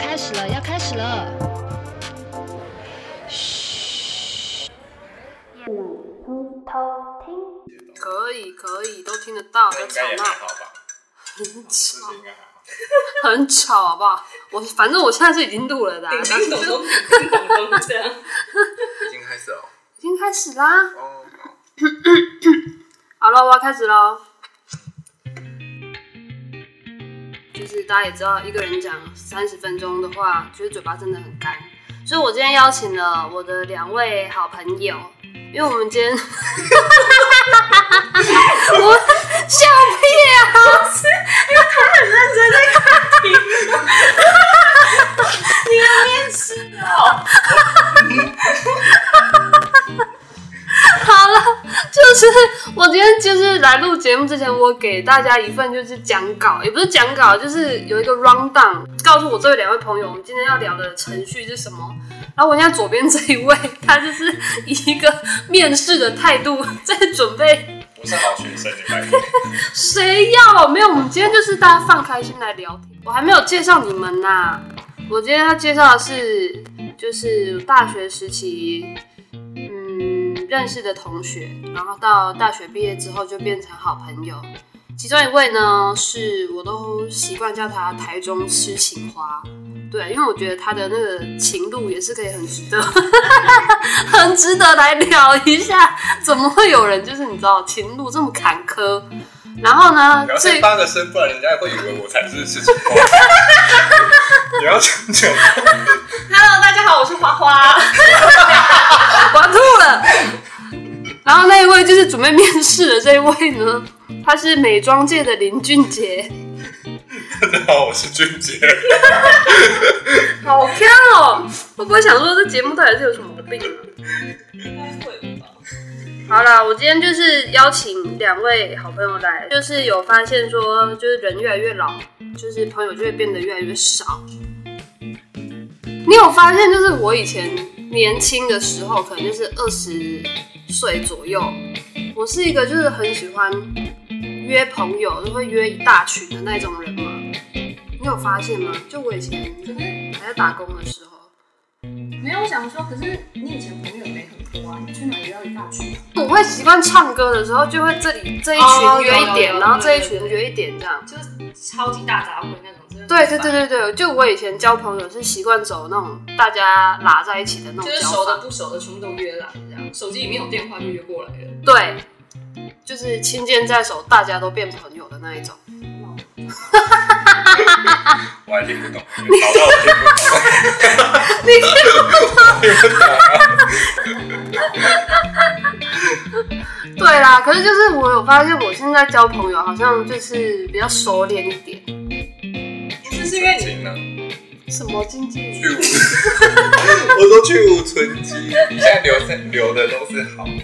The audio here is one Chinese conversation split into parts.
哎始了，要开始了。可以可以，都听得到，不要应吵该也还闹，好吧？很是吵啊不是应该还好？很吵，好不好？我反正我现在是已经录了的啊、叮叮咚咚，叮叮咚咚这样。已经开始了。已经开始啦。哦，好了，我要开始喽。就是大家也知道，一个人讲三十分钟的话，就是嘴巴真的很干。所以我今天邀请了我的两位好朋友，因为我们今天， 我笑屁啊！好了，就是我今天就是来录节目之前，我给大家一份就是讲稿，也不是讲稿，就是有一个 round down，告诉我这两位朋友我们今天要聊的程序是什么。然后我现在左边这一位，他就是以一个面试的态度在准备。我是好学生，你拜托。谁要？没有，我们今天就是大家放开心来聊天。我还没有介绍你们呐、我今天要介绍的是，就是大学时期，嗯，认识的同学，然后到大学毕业之后就变成好朋友。其中一位呢，是我都习惯叫他台中痴情花，对，因为我觉得他的那个情路也是可以很值得， 很值得来聊一下。怎么会有人就是你知道情路这么坎坷？然后呢你要，最先发个声，不然人家会以为我才是是主播。你要先讲， Hello，大家好，我是花花。 我要吐了。然后那一位就是准备面试的这一位呢，他是美妆界的林俊杰，大家好，我是俊杰。好看哦！会不会想说这节目到底是有什么病啊？应该会吧？好啦，我今天就是邀请两位好朋友来，就是有发现说，就是人越来越老，就是朋友就会变得越来越少。你有发现，就是我以前年轻的时候，可能就是二十岁左右，我是一个就是很喜欢约朋友，就会约一大群的那种人嘛。你有发现吗？就我以前可是还在打工的时候，没有想说，可是你以前朋友没很多啊，你去哪里要一大群？我会习惯唱歌的时候，就会这里这一哦群约有一有点，有然后这一对对群对约一点这样。就是超级大杂烩那种，真的。对对对，对对，就我以前交朋友是习惯走那种大家拉在一起的那种就是交熟法的，不熟的全部都约来，这样手机里面有电话就约过来了。对，就是亲剑在手，大家都变朋友的那一种。我还听不懂，搞到我听不懂。你听不懂？嗯对啦，可是就是我有发现，我现在交朋友好像就是比较收敛一点。是是因为你你呢？什么经济？去无，我说去无存积。你现在留在留的都是好的。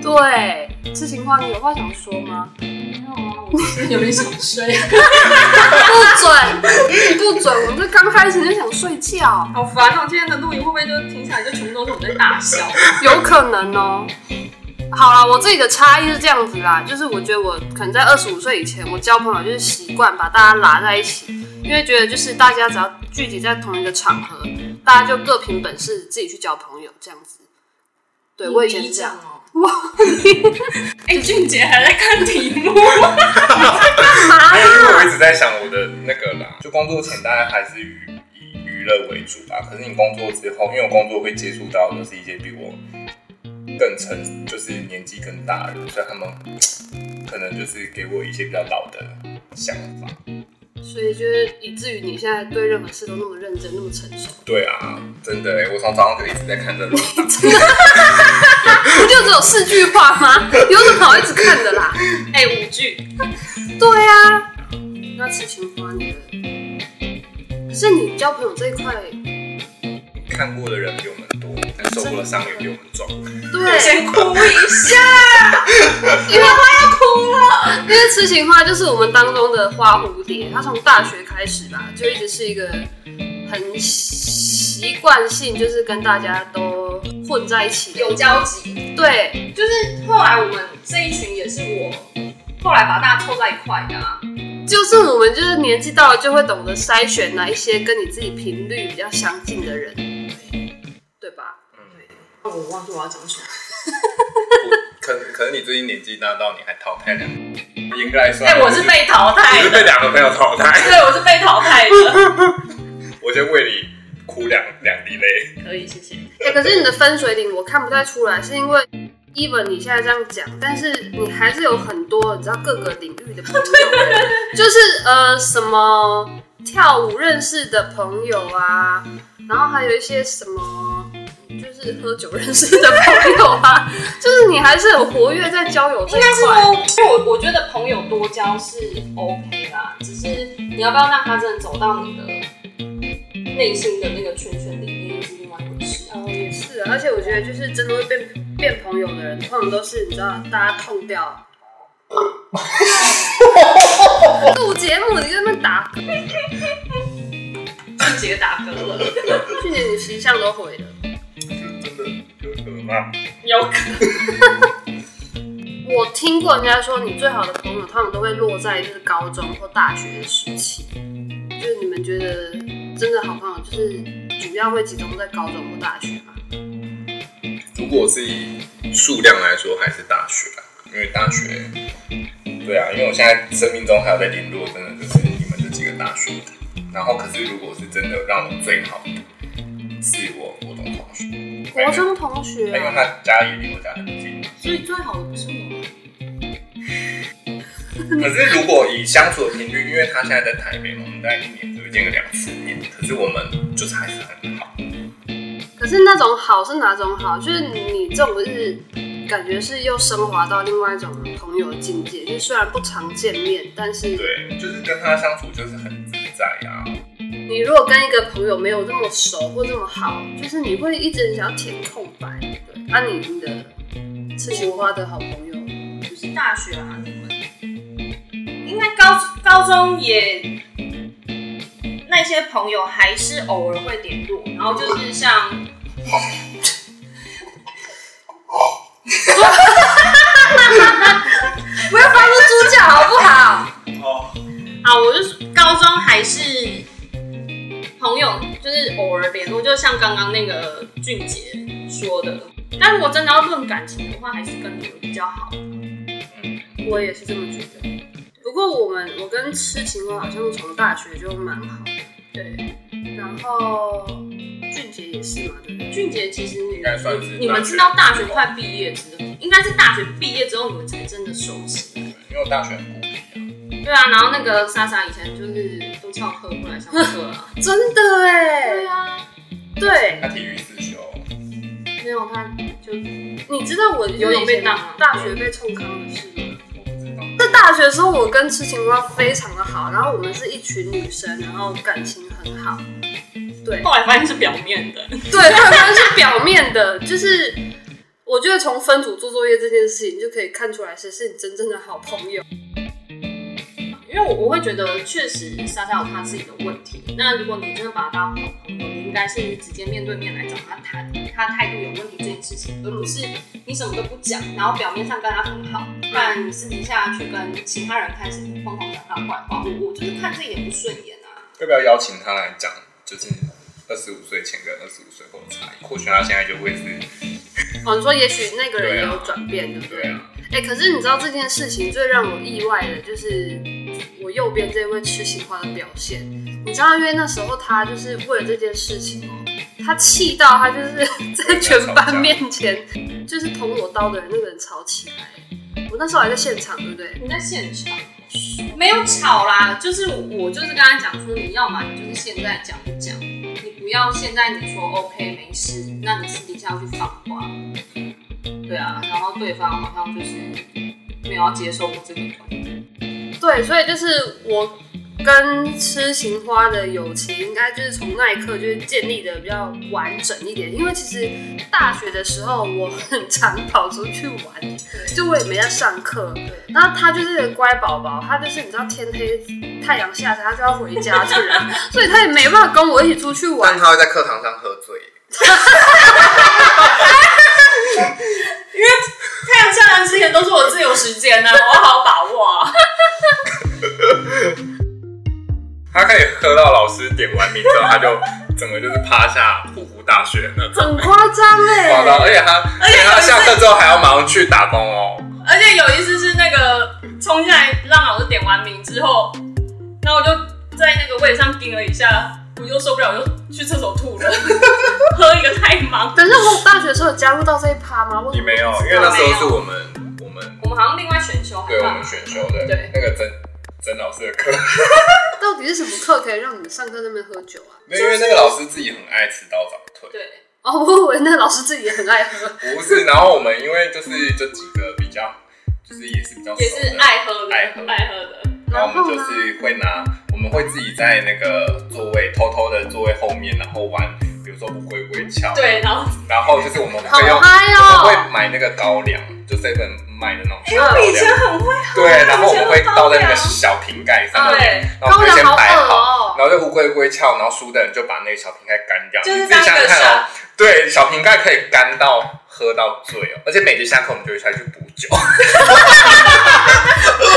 对，痴情话，你有话想说吗？ 没有啊，我只是有点想睡，不准，不准！我们这刚开始就想睡觉， 好烦哦！今天的录音会不会就停下来就全部都是我们在大 笑？有可能哦。好啦，我自己的差异是这样子啦，就是我觉得我可能在二十五岁以前，我交朋友就是习惯把大家拉在一起，因为觉得就是大家只要聚集在同一个场合，大家就各凭本事自己去交朋友这样子。对我以前是这样，哦。哇！ 哎，俊杰还在看题目。干嘛没有，因为我一啊直在想我的那个啦，就工作前大家还是娱以娱乐为主吧。可是你工作之后，因为我工作会接触到的是一些比我更成，就是年纪更大的人，所以他们可能就是给我一些比较老的想法。所以就是以至于你现在对任何事都那么认真，那么成熟，对啊，真的哎、我从早上就一直在看这种。不就只有四句话吗？有什么好一直看的啦？哎，五句。对啊，那痴情花你的，可是你交朋友这一块，看过的人比我们多，但受过的伤也比我们重。嗯 对，先哭一下，因为花要哭了。因为痴情花就是我们当中的花蝴蝶，它从大学开始吧，就一直是一个很习惯性，就是跟大家都混在一起的。有交集。对就是后来我们这一群也是我后来把大家凑在一块的啊，就是我们就是年纪到了就会懂得筛选哪一些跟你自己频率比较相近的人，对吧？嗯，我忘记我要讲什么。我可可是你最近年纪大到你还淘汰两个，应该算。哎、我是被淘你汰是的，被两个朋友淘汰， 对，我是被淘汰的。我先为你哭两两滴泪。可以，谢谢。哎、可是你的分水岭我看不太出来，是因为 even 你现在这样讲，但是你还是有很多你知道各个领域的朋友，就是呃什么跳舞认识的朋友啊，然后还有一些什么。就是喝酒认识的朋友啊，就是你还是很活跃在交友这一应该是块。啊说，因为我我觉得朋友多交是 OK 啦，只是你要不要让他真的走到你的内心的那个圈圈里面是另外一回事啊。哦，也是啊，而且我觉得就是真的会变变朋友的人，通常都是你知道，大家痛掉。 录节目你在那边打嗝，自己也打嗝了，去年你形象都毁了。真的有可怕。有可能我听过人家说，你最好的朋友通常都会落在就是高中或大学的时期，就是你们觉得真的好朋友，就是主要会集中在高中或大学嘛？如果是以数量来说，还是大学啦，因为大学，对啊，因为我现在生命中还有在联络，真的就是你们这几个大学。然后，可是如果是真的让我最好的，是我国中同学，国中同学因为啊，他家也离我家很近。所以最好的不是我。可是如果以相处的频率，因为他现在在台北嘛，我们大概一年只会见个两次面，可是我们就是还是很好。可是那种好是哪种好？就是你这种就是感觉是又升华到另外一种朋友的境界，就是虽然不常见面，但是对，就是跟他相处就是很自在啊。你如果跟一个朋友没有这么熟或这么好，就是你会一直很想要填空白。对，那、你你的痴情花的好朋友，就是大学啊，你们应该高高中也那些朋友还是偶尔会联络，然后就是像，不要发出猪叫好不好？哦，啊，我就是高中还是朋友，就是偶尔联络，就像刚刚那个俊杰说的。但如果真的要论感情的话，还是跟你们比较好。我也是这么觉得。不过我们我跟痴情花好像从大学就蛮好的，对，然后俊杰也是嘛，对不对？俊杰其实你应该算是你们是到大学快毕业之后，应该是大学毕业之后你们才真的熟起来。因为我大学很孤僻啊。对啊，然后那个莎莎以前就是都翘课不来上课啊。真的哎、啊，对。他体育自修，没有他就你知道我游泳被当吗大学被冲康的事吗？我不知道。在大学的时候，我跟痴情瓜非常的好，然后我们是一群女生，然后感情很好。对后来发现是表面的，对，当然是表面的，就是我觉得从分组做作业这件事情就可以看出来谁是你真正的好朋友。因为我我会觉得确实莎莎有她自己的问题。那如果你真的把她当好朋友，你应该是直接面对面来找她谈，她态度有问题这件事情，而不是你什么都不讲，然后表面上跟她很好，但私底下去跟其他人开始疯狂讲她坏话。我我就是看这一眼不顺眼啊。要不要邀请他来讲？就是二十五岁前跟二十五岁后的差异，或许他现在就会是，哦，你说也许那个人对也啊有转变，对不对？对啊，哎、可是你知道这件事情最让我意外的就是我右边这位痴情花的表现。你知道，因为那时候他就是为了这件事情哦，他气到他就是 在全班面前，就是捅我刀的人那个人吵起来。我那时候还在现场，对不对？你在现场没有吵啦，就是我就是跟他讲说，你要嘛你就是现在讲不讲，你不要现在你说 OK 没事，那你私底下去放话。对啊，然后对方好像就是没有要接受我这个观点。对，所以就是我跟痴情花的友情，应该就是从那一刻就是建立的比较完整一点。因为其实大学的时候，我很常跑出去玩，对就我也没在上课，然后他就是个乖宝宝，他就是你知道天黑太阳下山，他就要回家去了，所以他也没办法跟我一起出去玩但。他会在课堂上喝醉。太阳下山之前都是我自由时间呢、我好好把握啊。他可以喝到老师点完名之后，他就整个就是趴下匍匐大学那种。很夸张夸哎，张，而且他，而且他下课之后还要马上去打工哦。而且有一次是那个冲下来让老师点完名之后，然后我就在那个位置上盯了一下，我就受不了，我就去厕所 吐了，喝一个太忙。等一下，我大学的时候有加入到这一趴吗？我你没有，因为那时候是我们我们我们好像另外选修，对我们选修的对那个曾曾老师的课，到底是什么课可以让你们上课那边喝酒啊？没有因为那个老师自己很爱迟到早退。对，哦，我以为那老师自己也很爱喝，不是，然后我们因为就是这几个比较，就是也是比较熟的也是爱喝的，爱喝爱喝的。然后我们就然后是会拿，我们会自己在那个座位偷偷的座位后面，然后玩，比如说不归归敲，，对，然后然后就是我们好会用，嗨我们哦！会买那个高粱，就 seven 卖的那种因哎为我以前高粱，很会， 对，然后我们会倒在那以前喝高粱个小瓶盖上面，对然后我们就先高粱好摆恶哦好，然后就乌龟龟翘，然后输的人就把那个小瓶盖干掉，就是你自己当一想想个看哦傻，对，小瓶盖可以干到喝到醉哦，而且每节下课我们就会下去补酒。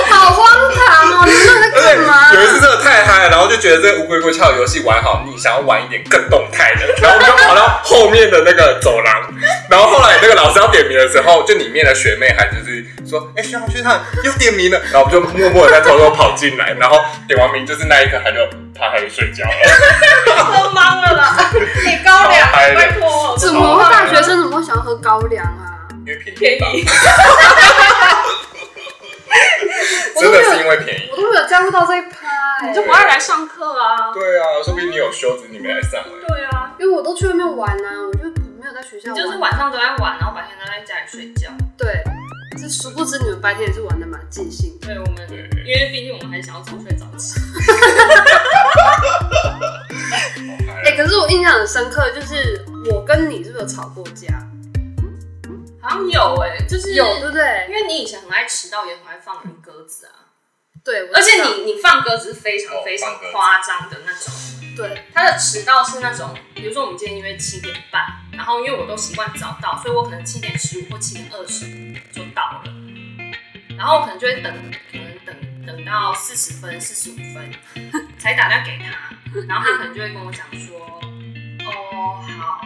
好荒唐 哦！你们到底在干嘛？而哎且有一次真的太嗨了，然后就觉得这个乌龟龟壳游戏玩好腻，想要玩一点更动态的，然后我们就跑到后面的那个走廊，然后后来那个老师要点名的时候，就里面的学妹还就是说，哎、学长学长要点名了，然后我们就默默的在偷偷跑进来，然后点完名就是那一刻，他就他还就睡觉了，喝懵了 啦。你高粱，好嗨的拜托我，怎么会大学生怎么会想要喝高粱啊？因为便便宜吧， 宜？我都真没的有是因为便宜。我都没有加入到这一趴、哎你就不爱来上课啊？对啊，说不定你有休，只是你没来上而已。对啊，因为我都去外面玩啊，我就没有在学校你玩。就是晚上都在玩，然后白天都在家里睡觉。对，这殊不知你们白天也是玩的蛮尽兴的。对，我们对因为毕竟我们很想要早睡早起。哎、可是我印象很深刻，就是我跟你是不是有吵过架？好像有哎、就是有，对不因对？为你以前很爱迟到，也很爱放人鸽子啊。对，我知道而且你你放鸽子是非常哦非常放鸽子夸张的那种，对他的迟到是那种，比如说我们今天因为七点半，然后因为我都习惯早到，所以我可能七点十五或七点二十就到了，然后我可能就会等，可能等等到四十分、四十五 分才打电话给他，然后他可能就会跟我讲说，哦好，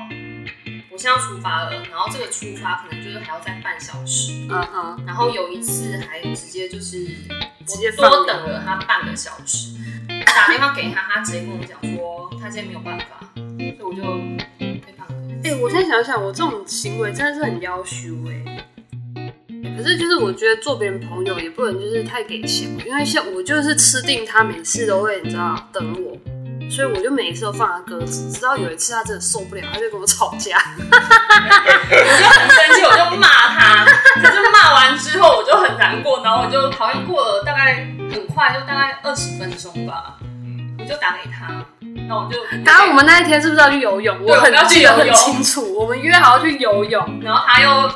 我现在要出发了，然后这个出发可能就是还要再半小时，啊哈，然后有一次还直接就是直接我放多等了他半个小时，打电话给他，他直接跟我讲说他今天没有办法，所以我就被放鸽。哎、我现在想想，我这种行为真的是很要羞哎、可是就是我觉得做别人朋友也不能就是太给钱，因为像我就是吃定他每次都会你知道等我，所以我就每一次都放他鸽子，直到有一次他真的受不了，他就跟我吵架。 我就很生气，我就骂他，可是骂完之后我就很难过，然后我就好像过了大概很快，就大概二十分钟吧，嗯我就打给他，那我就刚刚我们那一天是不是要去游泳？对啊很我们要去记得游很泳清楚，我们约好要去游泳。然后他又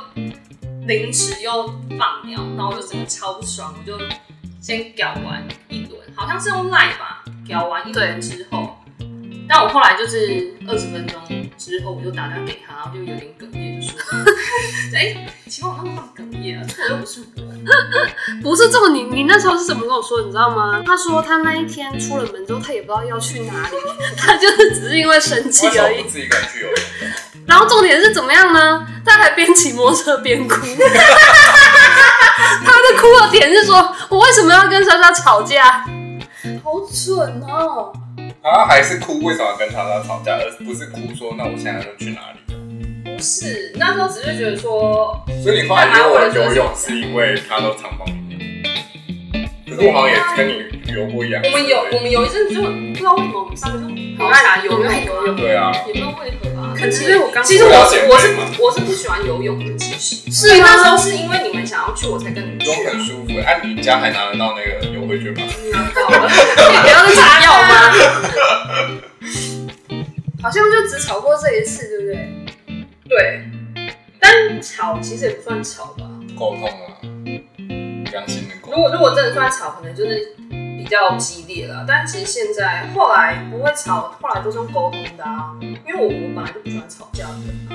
临时又放鸟，然后我就整个超不爽，我就先屌完一轮，好像是用赖吧，屌完一轮之后，但我后来就是二十分钟之后，我就打电话给他，然后就有点哽咽，就说，哎、奇怪，我那么哽咽啊，错又不是我，不是这个，你你那时候是怎么跟我说？你知道吗？他说他那一天出了门之后，他也不知道要去哪里， 他就是只是因为生气为什而么已不。自己敢去游泳？然后重点是怎么样呢？他还边骑摩托车边哭。 他的哭的点是说，我为什么要跟莎莎吵架？好蠢哦！他啊还是哭，为什么要跟他他吵架，而不是哭说那我现在要去哪里？不是，那时候只是觉得说，所以你后来约啊我游泳是因为他都常帮你游，可是我好像也跟你游过一样。我们有我们有一阵子就不知道为什么我们三个就很爱打游泳啊，对啊，也不知道为何吧，可是因为我刚其实我了是解我是妹嘛我是不喜欢游泳的，其实是所以吗那时候是因为你们想要去，我才跟你们去都很啊。舒服。哎、你家还拿得到那个优惠券吗？嗯到了你不要再吵要吗？好像就只吵过这一次，对不对？对，但吵其实也不算吵吧。沟通啊，良心的沟如果如果真的算吵，可能就是比较激烈了。但其实现在后来不会吵，后来都是用沟通的啊。因为我我本来就不喜欢吵架的人啊。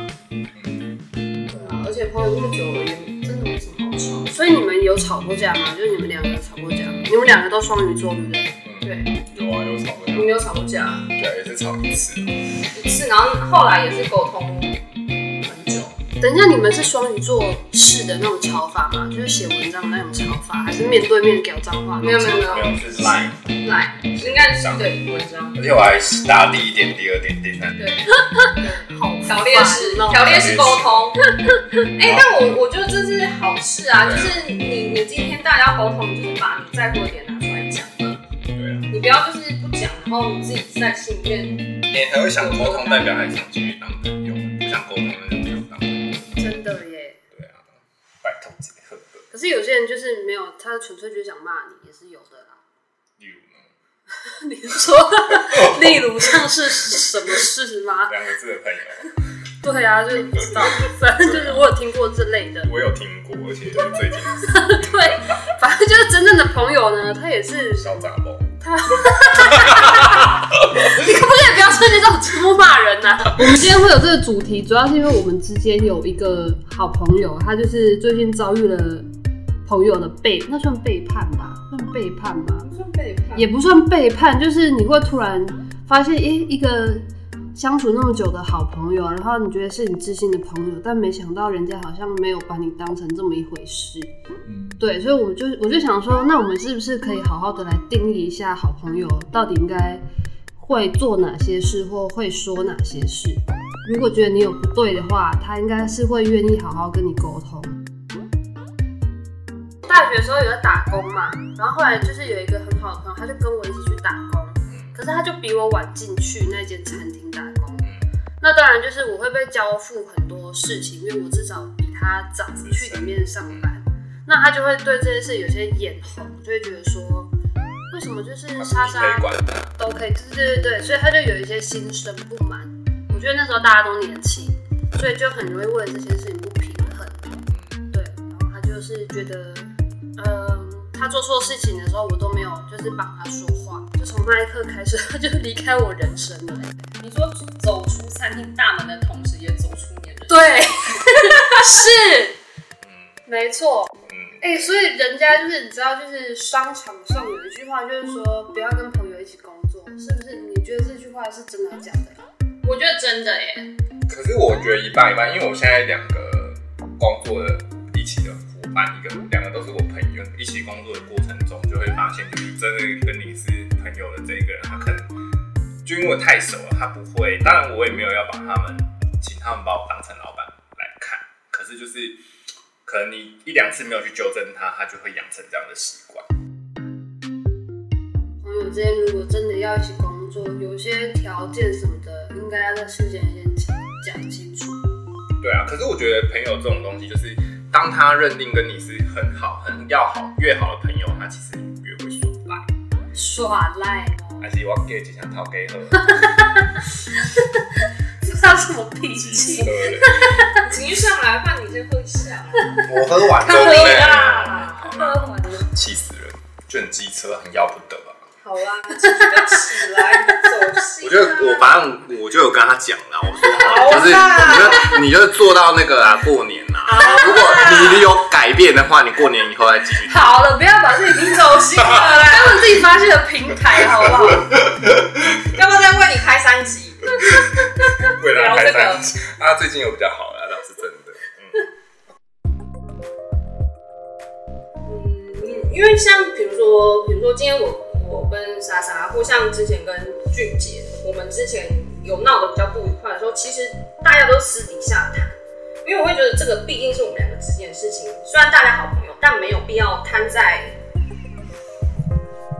通。对啊，而且朋友那么久了，也真的没什么好吵。所以你们有吵过架吗？就是你们两个有吵过架吗？你们两个都双鱼座，对不对？嗯，对，有啊，有吵过架。你没有吵过架对啊，也是吵一次，一次，然后后来也是沟通很久。等一下，你们是双鱼座式的那种吵法吗？就是写文章的那种吵法，还是面对面讲脏话？没有没有没没有有是来赖，来，应该是对文章而且我还打第一点、第二点、第三点，对。好条列式，烦哦条列式沟 通。哎、但我我觉得这是好事啊，就是你你今天大家沟通，你就是把你在乎的点拿出来讲嘛，对啊，你不要就是不讲，然后你自己在心里面。你还会想沟通，代表还想继续当朋友，不想沟通的人就不当朋友，真的耶。对啊，拜托杰克哥，可是有些人就是没有，他纯粹就想骂你，也是有的啦。例如 呢，你说，例如像是什么事吗？两个字的朋友。对啊，就是不知道， 反正就是我有听过这类的。我有听过，而且是最近对，反正就是真正的朋友呢，他也是，小杂包，你可不可以不要趁这种节目骂人啊呐、 我们今天会有这个主题，主要是因为我们之间有一个好朋友，他就是最近遭遇了朋友的背，那算背叛吧？算背叛吗？不算背叛也不算背叛，就是你会突然发现，诶、一个相处那么久的好朋友，然后你觉得是你知心的朋友，但没想到人家好像没有把你当成这么一回事。嗯，对，所以我就我就想说，那我们是不是可以好好的来定义一下好朋友到底应该会做哪些事，或会说哪些事？如果觉得你有不对的话，他应该是会愿意好好跟你沟通。大学的时候有在打工嘛，然后后来就是有一个很好的朋友，他就跟我一起去打工，可是他就比我晚进去那间餐厅打工。嗯那当然就是我会被交付很多事情，因为我至少比他早去里面上班，那他就会对这件事有些眼红，就会觉得说，为什么就是莎莎管都可以，对对对对，所以他就有一些心生不满。我觉得那时候大家都年轻，所以就很容易为了这些事情不平衡。嗯对，然后他就是觉得，嗯、他做错事情的时候，我都没有就是帮他说话，就从那一刻开始，他就离开我人生了。你说走出餐厅大门的同时，也走出你的人。对， 是，没错。嗯，哎、所以人家就是你知道，就是商场上有一句话，就是说不要跟朋友一起工作，是不是？你觉得这句话是真的还是假的？我觉得真的耶，嗯可是我觉得一半一半，因为我现在两个工作的一起的伙伴，一个两个都是我朋友，一起工作的过程中就会发现，就是真的跟你是朋友的这一个人，他可能就因为我太熟了，他不会。当然我也没有要把他们，请他们把我当成老板来看，可是就是可能你一两次没有去纠正他，他就会养成这样的习惯。朋友之间如果真的要一起工作，有些条件什么的，应该要在事先先讲讲清楚。对啊，可是我觉得朋友这种东西，就是当他认定跟你是很好、很要好、越好的朋友，他其实越会耍赖，耍赖哦，还是我给就想讨给喝，不知道什么脾急气。喝了，情绪上来，换你先喝一下。我喝完就喝累啦好喝啦完了，气死人！这种机车很要不得啊！好啦，情绪不要起来，走心、啊。我觉得我反正我就有跟他讲啦，我说好，就是你就你就做到那个啊，过年啦。如果你有改变的话，你过年以后再继续。 好了，不要把自己你走心了啦，他们自己发现的平台好不好？要不要再为你开三集？为了聊开这个三，啊，最近有比较好了，那是真的。嗯，嗯，因为像比如说，比如说今天我我跟莎莎，或像之前跟俊杰，我们之前有闹得比较不愉快的时候，其实大家都私底下谈，因为我会觉得这个毕竟是我们两个之间的事情，虽然大家好朋友，但没有必要摊在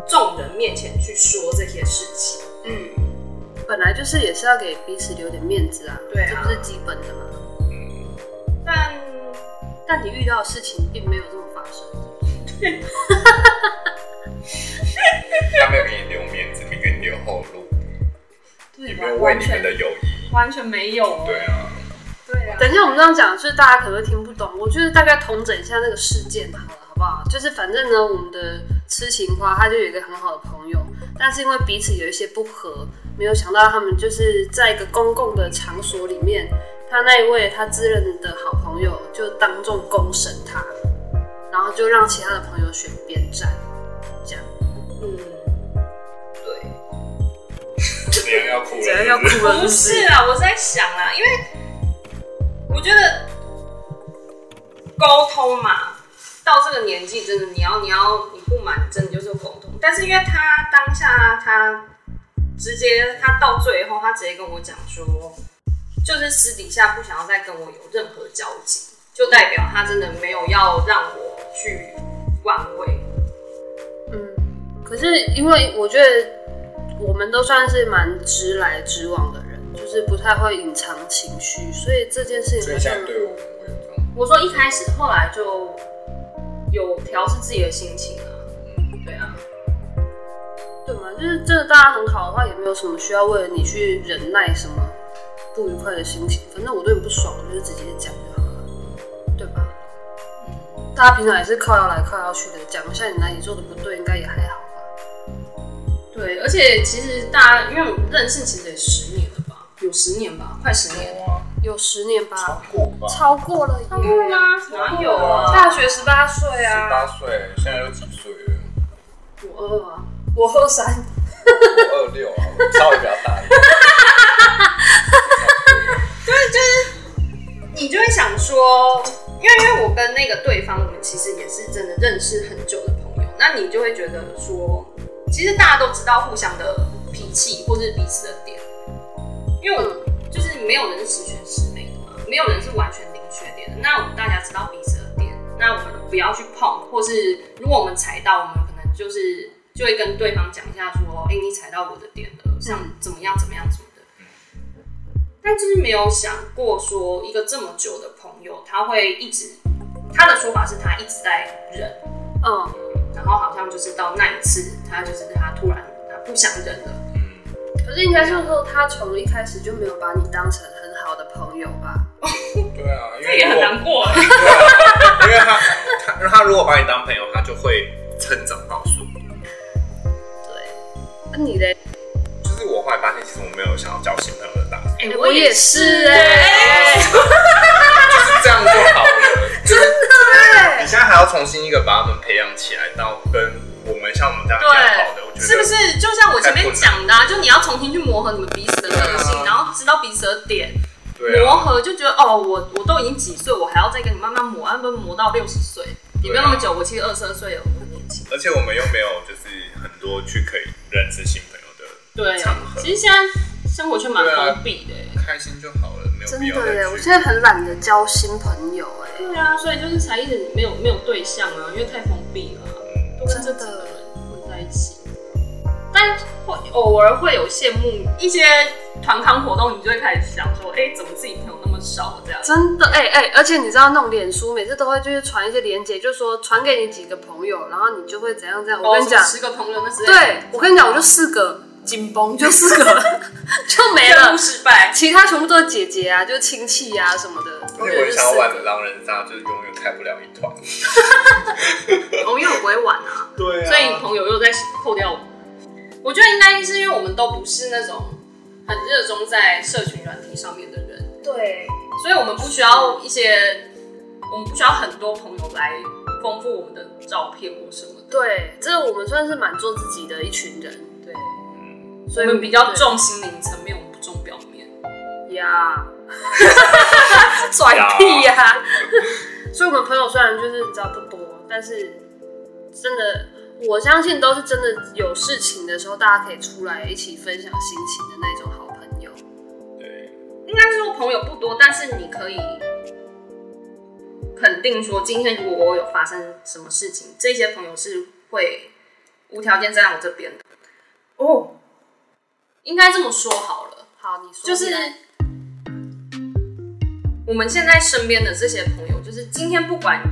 众人面前去说这些事情。 本来就是也是要给彼此留点面子啊，对啊这不是基本的吗？嗯但但你遇到的事情并没有这么发生，他没有给你留面子，没给你留后路。对也没有为你们的友谊。完全没有哦。对啊，对啊，等一下，我们这样讲，就是大家可能会听不懂。我就是大概统整一下那个事件好了，好不好？就是反正呢，我们的痴情花他就有一个很好的朋友，但是因为彼此有一些不和，没有想到他们就是在一个公共的场所里面，他那一位他自认的好朋友就当众公审他，然后就让其他的朋友选边站，这样。嗯，对，怎样要哭了？怎样要哭是不是了？不是啊，我是在想啊，因为我觉得沟通嘛，到这个年纪，真的你要你要你不满，真的就是有沟通。但是因为他当下他直接他到最后，他直接跟我讲说，就是私底下不想要再跟我有任何交集，就代表他真的没有要让我去挽回。嗯，可是因为我觉得我们都算是蛮直来直往的人，就是不太会隐藏情绪，所以这件事情所以好现像在对我们会有这种我说一开始，后来就有调试自己的心情啊，对啊。对嘛，就是真的大家很好的话，也没有什么需要为了你去忍耐什么不愉快的心情。反正我对你不爽，我就是直接讲就好了，对吧？大家平常也是靠要来靠要去的，讲一下你哪里做的不对，应该也还好吧？对，而且其实大家因为我们认识其实也十年了吧，有十年吧，快十年了。哇，有十年吧，啊过吧，超过了耶，超对吗？哪有啊？大学十八岁十八啊，岁，现在都几岁了？我二啊，我二三，我二六啊，我稍微比较大一点。你就会想说，因为因为我跟那个对方，我们其实也是真的认识很久的朋友，那你就会觉得说，其实大家都知道互相的脾气或是彼此的点，因为我们就是没有人是十全十美的嘛，没有人是完全零缺点的。那我们大家知道彼此的点，那我们不要去碰，或是如果我们踩到，我们可能就是就会跟对方讲一下说，哎、你踩到我的点了，像怎么样怎么样怎么的。但就是没有想过说一个这么久的朋友，他会一直，他的说法是他一直在忍，嗯，然后好像就是到那一次，他就是他突然他不想忍了。嗯可是应该就是说他从一开始就没有把你当成很好的朋友吧？对啊，因这为也如很果难过，对啊因为他他他如果把你当朋友，他就会趁早告诉你。对，那、你嘞？就是我后来发现，其实我没有想要交新朋友的打算，哎我也是哎、就是这样就好了。就是对你现在还要重新一个把他们培养起来，到跟我们像我们这样比较好的，我觉得是不？是？就像我前面讲的、啊，就你要重新去磨合你们彼此的个性，对啊然后知道彼此的点，对磨啊，合就觉得哦，我我都已经几岁，我还要再跟你慢慢磨，要不然磨到六十岁，也没有那么久。我其实二十二岁了，我很年轻。而且我们又没有就是很多去可以认识新朋友的，对场合其实现在生活圈蛮封闭的、欸。开心就好了，没有真必要的耶，我再现去。在很懒得交新朋友哎、对啊，所以就是才一直没有没有对象啊，因为太封闭了啊、都跟这几个人混在一起。但会偶尔会有羡慕一些团康活动，你就会开始想说，哎、怎么自己朋友那么少这样？真的哎哎、而且你知道那种脸书每次都会就是传一些链接，就说传给你几个朋友，然后你就会怎样怎样。我跟你讲，十个朋友那是对我跟你讲，我就四个紧绷，就四个 就没任了务，失败。其他全部都是姐姐啊，就亲戚啊什么的。而且我很想要玩狼人杀，就是永远开不了一团。朋友不会玩啊，对所以朋友又在扣掉我。我觉得应该是因为我们都不是那种很热衷在社群软体上面的人，对，所以我们不需要一些，我们不需要很多朋友来丰富我们的照片或什么的。对，这我们算是蛮做自己的一群人，对，所我嗯以们比较重心灵层面，我们不重 表面。对呀，拽屁呀、所以我们朋友虽然就是你知道不多，但是真的我相信都是真的有事情的时候，大家可以出来一起分享心情的那种好朋友。对，应该说朋友不多，但是你可以肯定说，今天如果我有发生什么事情，这些朋友是会无条件站在我这边的。哦，应该这么说好了，好，你说就是我们现在身边的这些朋友，就是今天不管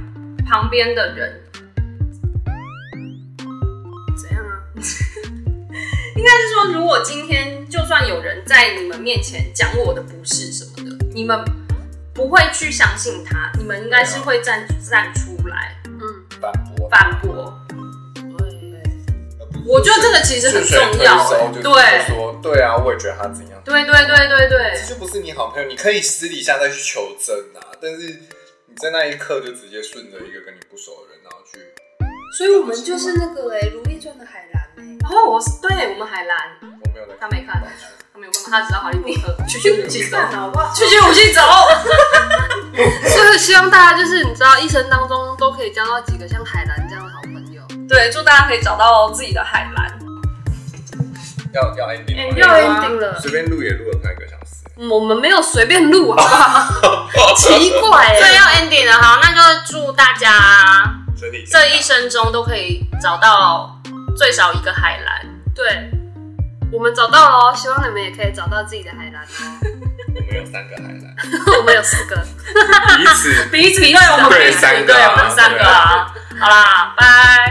旁边的人，怎样啊？就是说，如果今天就算有人在你们面前讲我的不是什么的，你们不会去相信他，你们应该是会站站出来嗯，反驳，反驳。对，我觉得这个其实很重要、欸就是对说对啊，我也觉得他怎样。对对对对对这，就不是你好朋友，你可以私底下再去求证啊，但是你在那一刻就直接顺着一个跟你不熟的人，然后去所以我们就是那个哎、如懿传》的海兰哎、哦然后我是对我们海兰，我没没有在他没看，他没有干嘛，他只知道哈利波特， 去去武器走，看好不好？去去武器走。所以希望大家就是你知道，一生当中都可以交到几个像海兰这样的好朋友。对，祝大家可以找到自己的海蓝。要哎要哎 ending 要吗 ending 了，随便录也录了快一个小 时。我们没有随便录，好啊不好？ 奇怪、欸，所以要 ending 了，好，那就祝大家身体这一生中都可以找到最少一个海蓝。对，我们找到了哦，希望你们也可以找到自己的海蓝哦。我们有三个海蓝， 我们有四 个，彼此彼此对我们对彼此三个对啊我们三个啊。好啦，拜。